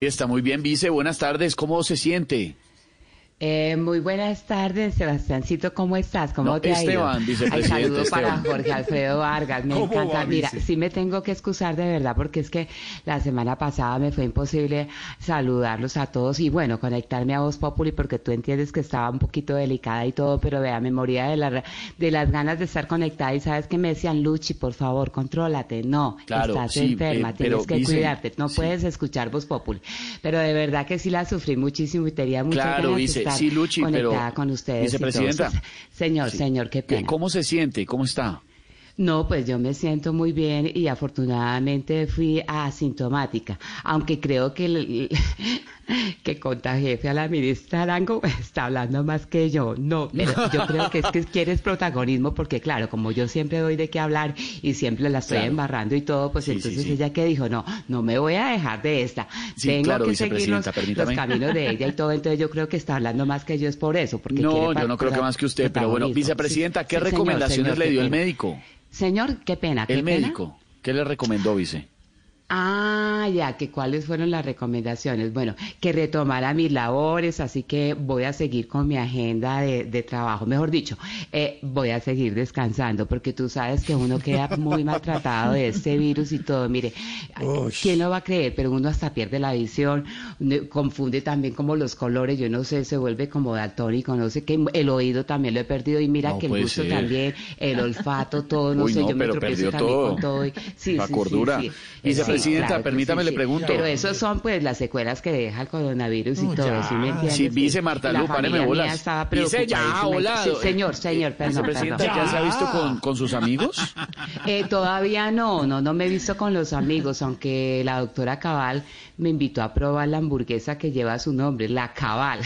Está muy bien, Vice. Buenas tardes. ¿Cómo se siente? Eh, muy buenas tardes, Sebastiancito, ¿cómo estás? ¿Cómo No, te ha ido? Esteban, Ay, vicepresidente, saludo Esteban. para Jorge Alfredo Vargas, me ¿Cómo encanta. va, Mira, vice? sí me tengo que excusar de verdad porque es que la semana pasada me fue imposible saludarlos a todos y bueno, conectarme a Voz Populi porque tú entiendes que estaba un poquito delicada y todo, pero vea, me moría de, la- de las ganas de estar conectada y sabes que me decían, Luchi, por favor, contrólate. No, Claro, estás sí, enferma, eh, pero, tienes que vice, cuidarte, no sí. puedes escuchar Voz Populi. Pero de verdad que sí la sufrí muchísimo y tenía muchas Claro, ganas de vice, estar sí, Luchi, pero, conectada con ustedes. y vicepresidenta. todos. Señor, Sí. señor, qué pena. ¿Ah, ¿Cómo se siente? ¿Cómo está? No, pues yo me siento muy bien y afortunadamente fui asintomática, aunque creo que, el- que contagié fue a la ministra Arango, está hablando más que yo, no, pero yo creo que es que quieres protagonismo porque claro, como yo siempre doy de qué hablar y siempre la estoy Claro. embarrando y todo, pues Sí, sí, entonces sí. ella que dijo, no, no me voy a dejar de esta, Sí, tengo claro, que seguir los, vicepresidenta, los permítame. caminos de ella y todo, entonces yo creo que está hablando más que yo es por eso, porque quiere No, yo pa- no creo que más que usted, pero bueno, protagonismo. vicepresidenta, Sí, ¿qué sí, señor, recomendaciones señor, le qué dio el pena. médico? Señor, qué pena. qué El pena. médico. ¿Qué le recomendó, Vice? Ah, ya, que cuáles fueron las recomendaciones. Bueno, que retomara mis labores, así que voy a seguir con mi agenda de, de trabajo. Mejor dicho, eh, voy a seguir descansando, porque tú sabes que uno queda muy maltratado de este virus y todo. Mire, ¿quién lo va a creer? Pero uno hasta pierde la visión, uno confunde también como los colores, yo no sé, se vuelve como daltónico, no sé qué. El oído también lo he perdido y mira No que el puede gusto ser. también, el olfato, todo, no Uy, sé, no, yo me pero perdió tropiezo también todo. con todo. y- Sí, La sí, sí, cordura. sí. Eh, Vicepresidenta, que permítame, le pregunto. Pero esas son pues las secuelas que deja el coronavirus y todo, ¿sí me entiendes? Sí, vice Marta La Lu, páreme familia bolas. mía estaba Vice, ya, preocupadísima. hola, Sí, do- señor, señor, perdón, Vicepresidenta, perdón. ¿ya se ha visto con, con sus amigos? Eh, todavía no, no, no me he visto con los amigos, aunque la doctora Cabal me invitó a probar la hamburguesa que lleva su nombre, la Cabal,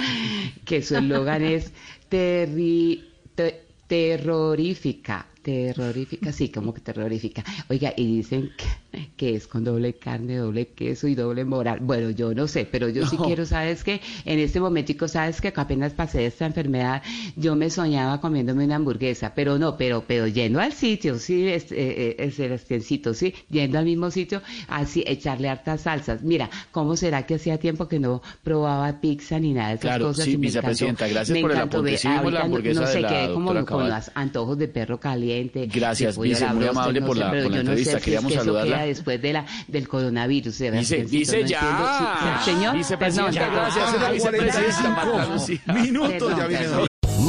que su eslogan es terri- te- terrorífica, terrorífica, sí, como que terrorífica. Oiga, y dicen que, que es con doble carne, doble queso y doble moral. Bueno, yo no sé, pero yo sí No. quiero, sabes que en este momentico, sabes que apenas pasé de esta enfermedad, yo me soñaba comiéndome una hamburguesa, pero no, pero, pero yendo al sitio, sí, es, eh, eh, es el estiencito, sí, yendo al mismo sitio, así, echarle hartas salsas. Mira, ¿cómo será que hacía tiempo que no probaba pizza ni nada de esas Claro, cosas? sí, y me vicepresidenta, encantó. gracias Me por el encantó aporte. ver- Sí, vimos la ahorita no- hamburguesa no de sé, la quedé como doctora con Cabal. las antojos de perro caliente. Gracias, de pollo vice, a la muy broster, amable no por sé, la- pero por la yo no sé entrevista. si es Queríamos que eso saludarla. queda después de la, del coronavirus. de Dice, Sebastiancito, dice no ya. entiendo. Sí, señor, perdón, Vicepresidenta, perdón. gracias. Es la vicepresidenta Marta Lucía. Minutos, ya viene